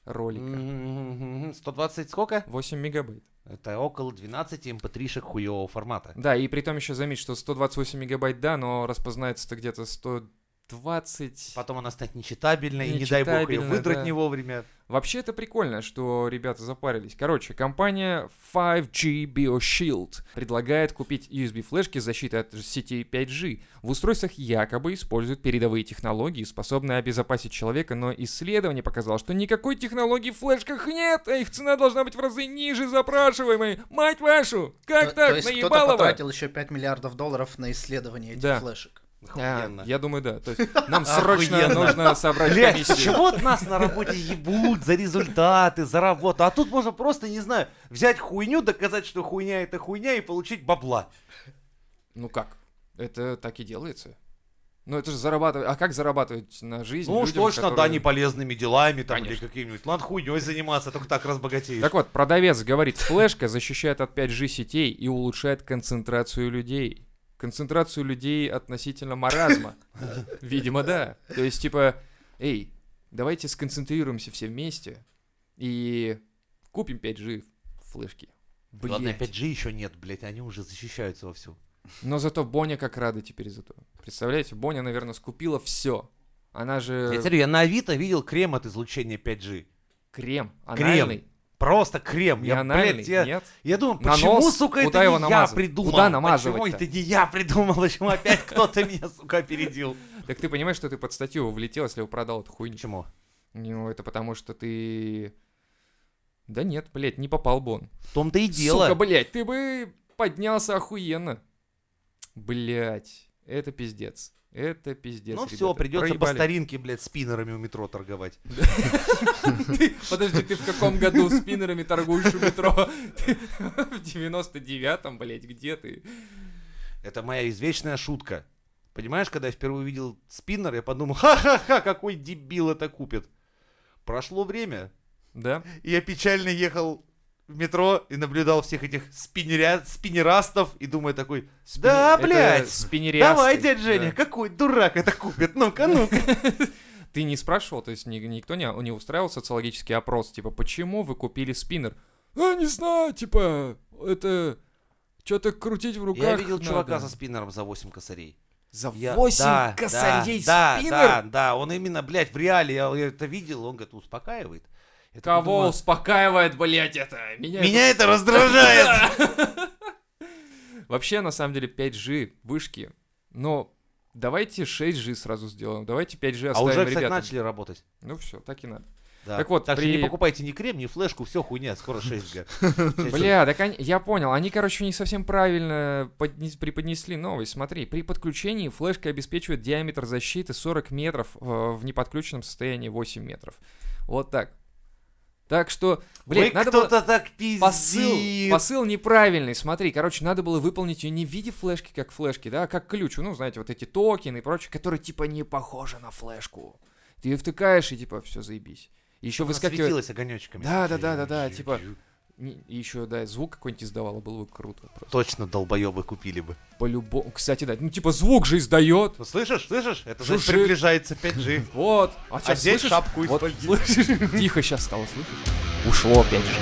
ролика. М, 120 сколько? 8 мегабайт. Это около 12 mp3-шек хуевого формата. Да, и при том еще заметь, что 128 мегабайт, да, но распознается-то где-то 120. Потом она станет нечитабельной, и не дай бог ее Нечитабельно, выдрать да. не вовремя. Вообще это прикольно, что ребята запарились. Короче, компания 5G BioShield предлагает купить USB-флешки с защитой от сетей 5G. В устройствах якобы используют передовые технологии, способные обезопасить человека, но исследование показало, что никакой технологии в флешках нет, а их цена должна быть в разы ниже запрашиваемой. Мать вашу! Как То- так? То есть кто-то Наебалово! потратил еще 5 миллиардов долларов на исследование этих Да. флешек. А, Охуенно. я думаю, да. То есть *laughs* нам срочно Охуенно. нужно собрать Блять, комиссию. чего от нас на работе ебут за результаты, за работу? А тут можно просто, не знаю, взять хуйню, доказать, что хуйня это хуйня и получить бабла. Ну как? Это так и делается. Ну это же зарабатывать. А как зарабатывать на жизнь? Ну уж людям, точно, да, которые- не полезными делами там или Конечно. какими-нибудь. Ну, Надо хуйней заниматься, только так разбогатеешь. Так вот, продавец говорит, флешка защищает от 5G сетей и улучшает концентрацию людей. концентрацию людей относительно *laughs* маразма. Видимо, да. То есть, типа, эй, давайте сконцентрируемся все вместе и купим 5G флешки. Ладно, Блядь. 5G еще нет, блядь, они уже защищаются вовсю. Но зато Боня как рада теперь зато. Представляете, Боня, наверное, скупила все. Она Я же смотрю, я на Авито видел крем от излучения 5G. крем, Крем. анальный, Просто крем. не Я, анальный, блядь, я, нет? я думаю, На почему, нос? сука, Куда это его не намазывать? я придумал? Куда намазывать-то? Почему это не я придумал? *laughs* Почему опять кто-то меня, сука, опередил? Так ты понимаешь, что ты под статью влетел, если его продал эту хуйню? Почему? Ну, это потому что ты... Да нет, блядь, не попал бы он. В том-то и дело. Сука, блядь, ты бы поднялся охуенно. Блядь, это пиздец. Это пиздец, ну все, ребята. придется по Проебали. старинке, блядь, спиннерами у метро торговать. *laughs* Ты- подожди, ты в каком году спиннерами торгуешь у метро? *laughs* Ты в 99-м, блядь, где ты? Это моя извечная шутка. Понимаешь, когда я впервые увидел спиннер, я подумал, ха-ха-ха, какой дебил это купит. Прошло время, Да? и я печально ехал в метро и наблюдал всех этих спиннеря... спиннерастов и думаю такой, да, Это блядь, спиннериасты. давай, дядя Женя, Да. какой дурак это купит, ну-ка, ну-ка. Ты не спрашивал, то есть ни- никто не, не устраивал социологический опрос, типа, почему вы купили спиннер? А, не знаю, типа, это... Что-то крутить в руках Я видел надо». чувака со спиннером за 8 косарей. За Я- 8 да, косарей да, спиннер? Да, да, да, он именно, блядь, в реале, я, я это видел, он, говорит, успокаивает. Я такой Кого думаю, успокаивает, блядь, это? Меня, Меня это *laughs* раздражает. это- Вообще, на самом деле, 5G, вышки, но давайте 6G сразу сделаем, давайте 5G А оставим уже, кстати, ребятам. начали работать. Ну все, так и надо. Да. Так вот, так при- что не покупайте ни крем, ни флешку, все *laughs* хуйня, скоро 6G. Бля, так они- я понял, они, короче, не совсем правильно поднес- преподнесли новость. Смотри, при подключении флешка обеспечивает диаметр защиты 40 метров, э, в неподключенном состоянии 8 метров. Вот так. Так что, блядь, Блядь, надо было... кто-то так Посыл, пиздит. посыл неправильный, смотри, короче, надо было выполнить ее не в виде флешки, как флешки, да, а как ключ, ну, знаете, вот эти токены и прочее, которые, типа, не похожи на флешку. Ты ее втыкаешь и, типа, все, заебись. Еще выскакивает... Светилось огонечками. Да, да, да, да, да, типа. еще, да, звук какой-нибудь издавала, было бы круто. Просто. Точно долбоебы купили бы. По-любому. Кстати, да. Ну, типа, звук же издает. Ну, слышишь, слышишь? Это Жужжит. значит, приближается 5G. Вот. А, А сейчас здесь слышишь? шапку из Вот, фольги. *laughs* слышишь? Тихо сейчас стало, слышишь? Ушло опять же.